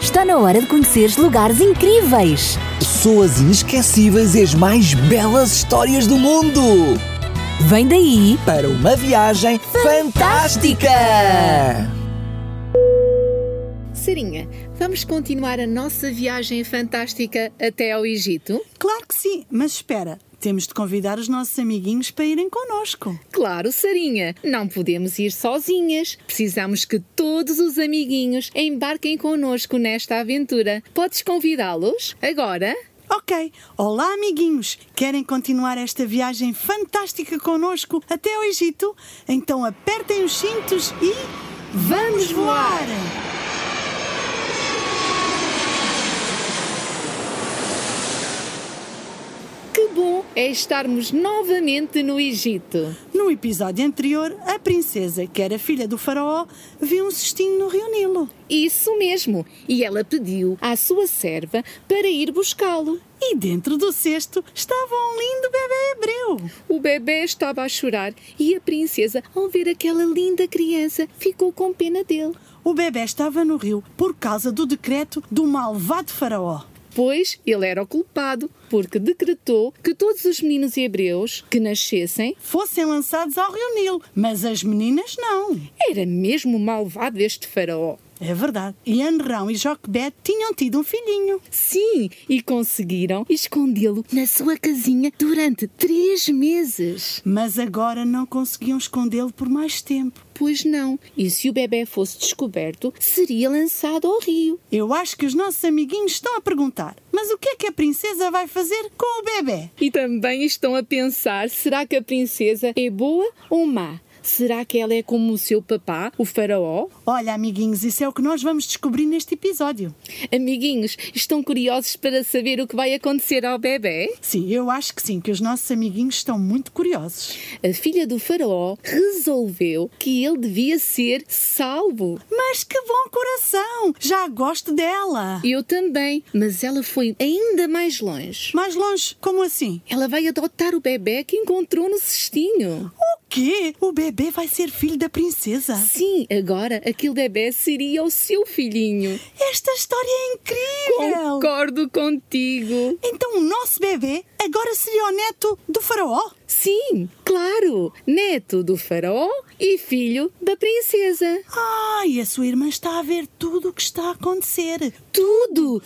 Está na hora de conheceres lugares incríveis. Pessoas inesquecíveis e as mais belas histórias do mundo! Vem daí, Para uma viagem fantástica! Sarinha, vamos continuar a nossa viagem fantástica até ao Egito? Claro que sim, mas espera, temos de convidar os nossos amiguinhos para irem connosco. Claro, Sarinha, não podemos ir sozinhas. Precisamos que todos os amiguinhos embarquem connosco nesta aventura. Podes convidá-los agora? Ok, olá amiguinhos! Querem continuar esta viagem fantástica connosco até ao Egito? Então apertem os cintos e. Vamos voar! Que bom é estarmos novamente no Egito. No episódio anterior, a princesa, que era filha do faraó, viu um cestinho no rio Nilo. Isso mesmo, e ela pediu à sua serva para ir buscá-lo. E dentro do cesto estava um lindo bebê hebreu. O bebê estava a chorar e a princesa, ao ver aquela linda criança, ficou com pena dele. O bebê estava no rio por causa do decreto do malvado faraó. pois ele era o culpado, porque decretou que todos os meninos hebreus que nascessem fossem lançados ao Rio Nilo, mas as meninas não. era mesmo malvado este faraó. É verdade. E Anrão e Joquebed tinham tido um filhinho. Sim, e conseguiram escondê-lo na sua casinha durante três meses. Mas agora não conseguiam escondê-lo por mais tempo. Pois não, e se o bebê fosse descoberto, seria lançado ao rio. Eu acho que os nossos amiguinhos estão a perguntar: mas o que é que a princesa vai fazer com o bebê? E também estão a pensar: será que a princesa é boa ou má? Será que ela é como o seu papá, o faraó? Olha, amiguinhos, isso é o que nós vamos descobrir neste episódio. Amiguinhos, estão curiosos para saber o que vai acontecer ao bebê? Sim, eu acho que sim, que os nossos amiguinhos estão muito curiosos. A filha do faraó resolveu que ele devia ser salvo. Mas que bom coração! Já gosto dela! Eu também, mas ela foi ainda mais longe. Mais longe, como assim? Ela vai adotar o bebê que encontrou no cestinho. O quê? O bebê vai ser filho da Ah. princesa? Sim, agora aquele bebê seria o seu filhinho. Esta história é incrível! Concordo contigo. Então o nosso bebê agora seria o neto do faraó? Sim, claro, neto do faraó e filho da princesa. Ah, e a sua irmã está a ver tudo o que está a acontecer. Tudo,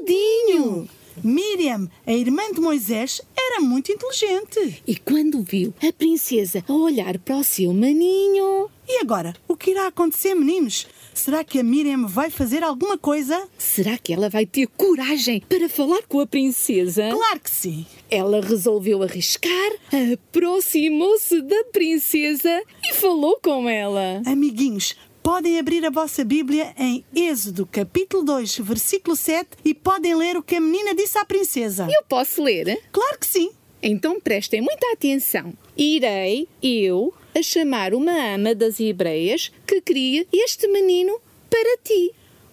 tudinho. Miriam, a irmã de Moisés, era muito inteligente. E quando viu a princesa a olhar para o seu maninho, E agora, o que irá acontecer, meninos? Será que a Miriam vai fazer alguma coisa? Será que ela vai ter coragem para falar com a princesa? Claro que sim. Ela resolveu arriscar, aproximou-se da princesa e falou com ela. Amiguinhos, podem abrir a vossa Bíblia em Êxodo, capítulo 2, versículo 7 e podem ler o que a menina disse à princesa. Eu posso ler? Claro que sim. Então prestem muita atenção. Irei eu a chamar uma ama das hebreias que cria este menino para ti.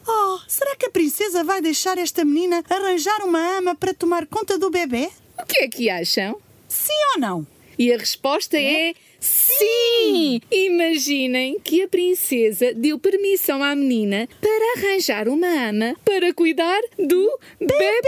Oh, será que a princesa vai deixar esta menina arranjar uma ama para tomar conta do bebê? O que é que acham? Sim ou não? E a resposta é sim! Imaginem que a princesa deu permissão à menina para arranjar uma ama para cuidar do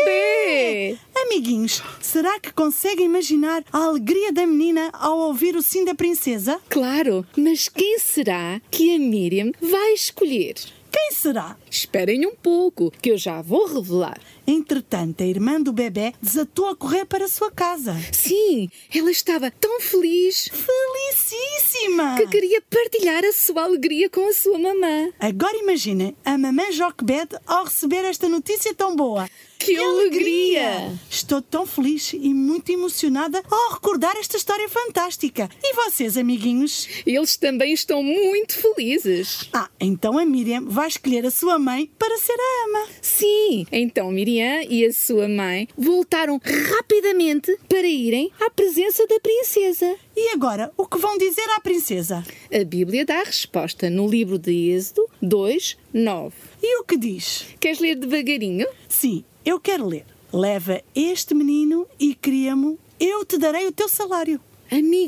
bebê. Amiguinhos, será que conseguem imaginar a alegria da menina ao ouvir o sim da princesa? Claro, mas quem será que a Miriam vai escolher? Quem será? Esperem um pouco, que eu já vou revelar. Entretanto, a irmã do bebê desatou a correr para a sua casa. Sim, ela estava tão feliz Felicíssima! que queria partilhar a sua alegria com a sua mamã. Agora imaginem a mamãe Joquebed ao receber esta notícia tão boa. Que alegria! Estou tão feliz e muito emocionada ao recordar esta história fantástica. E vocês, amiguinhos? Eles também estão muito felizes. Ah, então a Miriam vai escolher a sua mãe para ser a ama. Sim! Então Miriam e a sua mãe voltaram rapidamente para irem à presença da princesa. E agora, o que vão dizer à princesa? A Bíblia dá a resposta no livro de Êxodo 2, 9. E o que diz? Queres ler devagarinho? Sim, eu quero ler. Leva este menino e cria-mo, eu te darei o teu salário.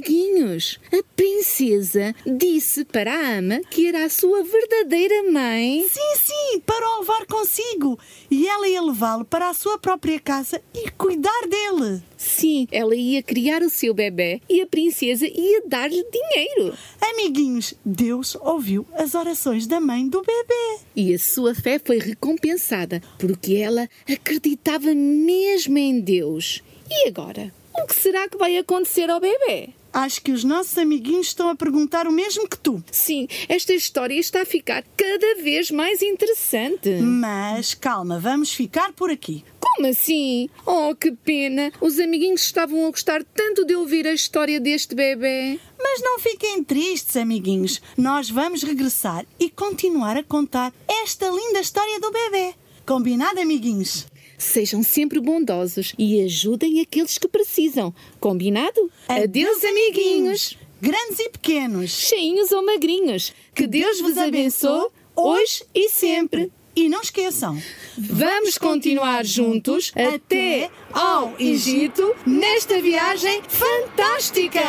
Amiguinhos, a princesa disse para a ama que era a sua verdadeira mãe. Sim, sim, para o levar consigo. E ela ia levá-lo para a sua própria casa e cuidar dele. Sim, ela ia criar o seu bebê e a princesa ia dar-lhe dinheiro. Amiguinhos, Deus ouviu as orações da mãe do bebê. E a sua fé foi recompensada, porque ela acreditava mesmo em Deus. E agora? O que será que vai acontecer ao bebê? Acho que os nossos amiguinhos estão a perguntar o mesmo que tu. Sim, esta história está a ficar cada vez mais interessante. Mas calma, vamos ficar por aqui. Como assim? Oh, que pena! Os amiguinhos estavam a gostar tanto de ouvir a história deste bebê. Mas não fiquem tristes, amiguinhos. Nós vamos regressar e continuar a contar esta linda história do bebê. Combinado, amiguinhos? Sejam sempre bondosos e ajudem aqueles que precisam. Combinado? Adeus, amiguinhos! Grandes e pequenos. Cheinhos ou magrinhos, que Deus vos abençoe hoje e sempre. E não esqueçam. Vamos continuar juntos até ao Egito nesta viagem fantástica!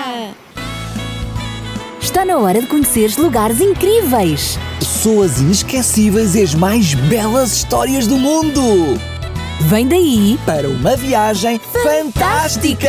Está na hora de conheceres lugares incríveis. Pessoas inesquecíveis e as mais belas histórias do mundo. Vem daí! Para uma viagem fantástica.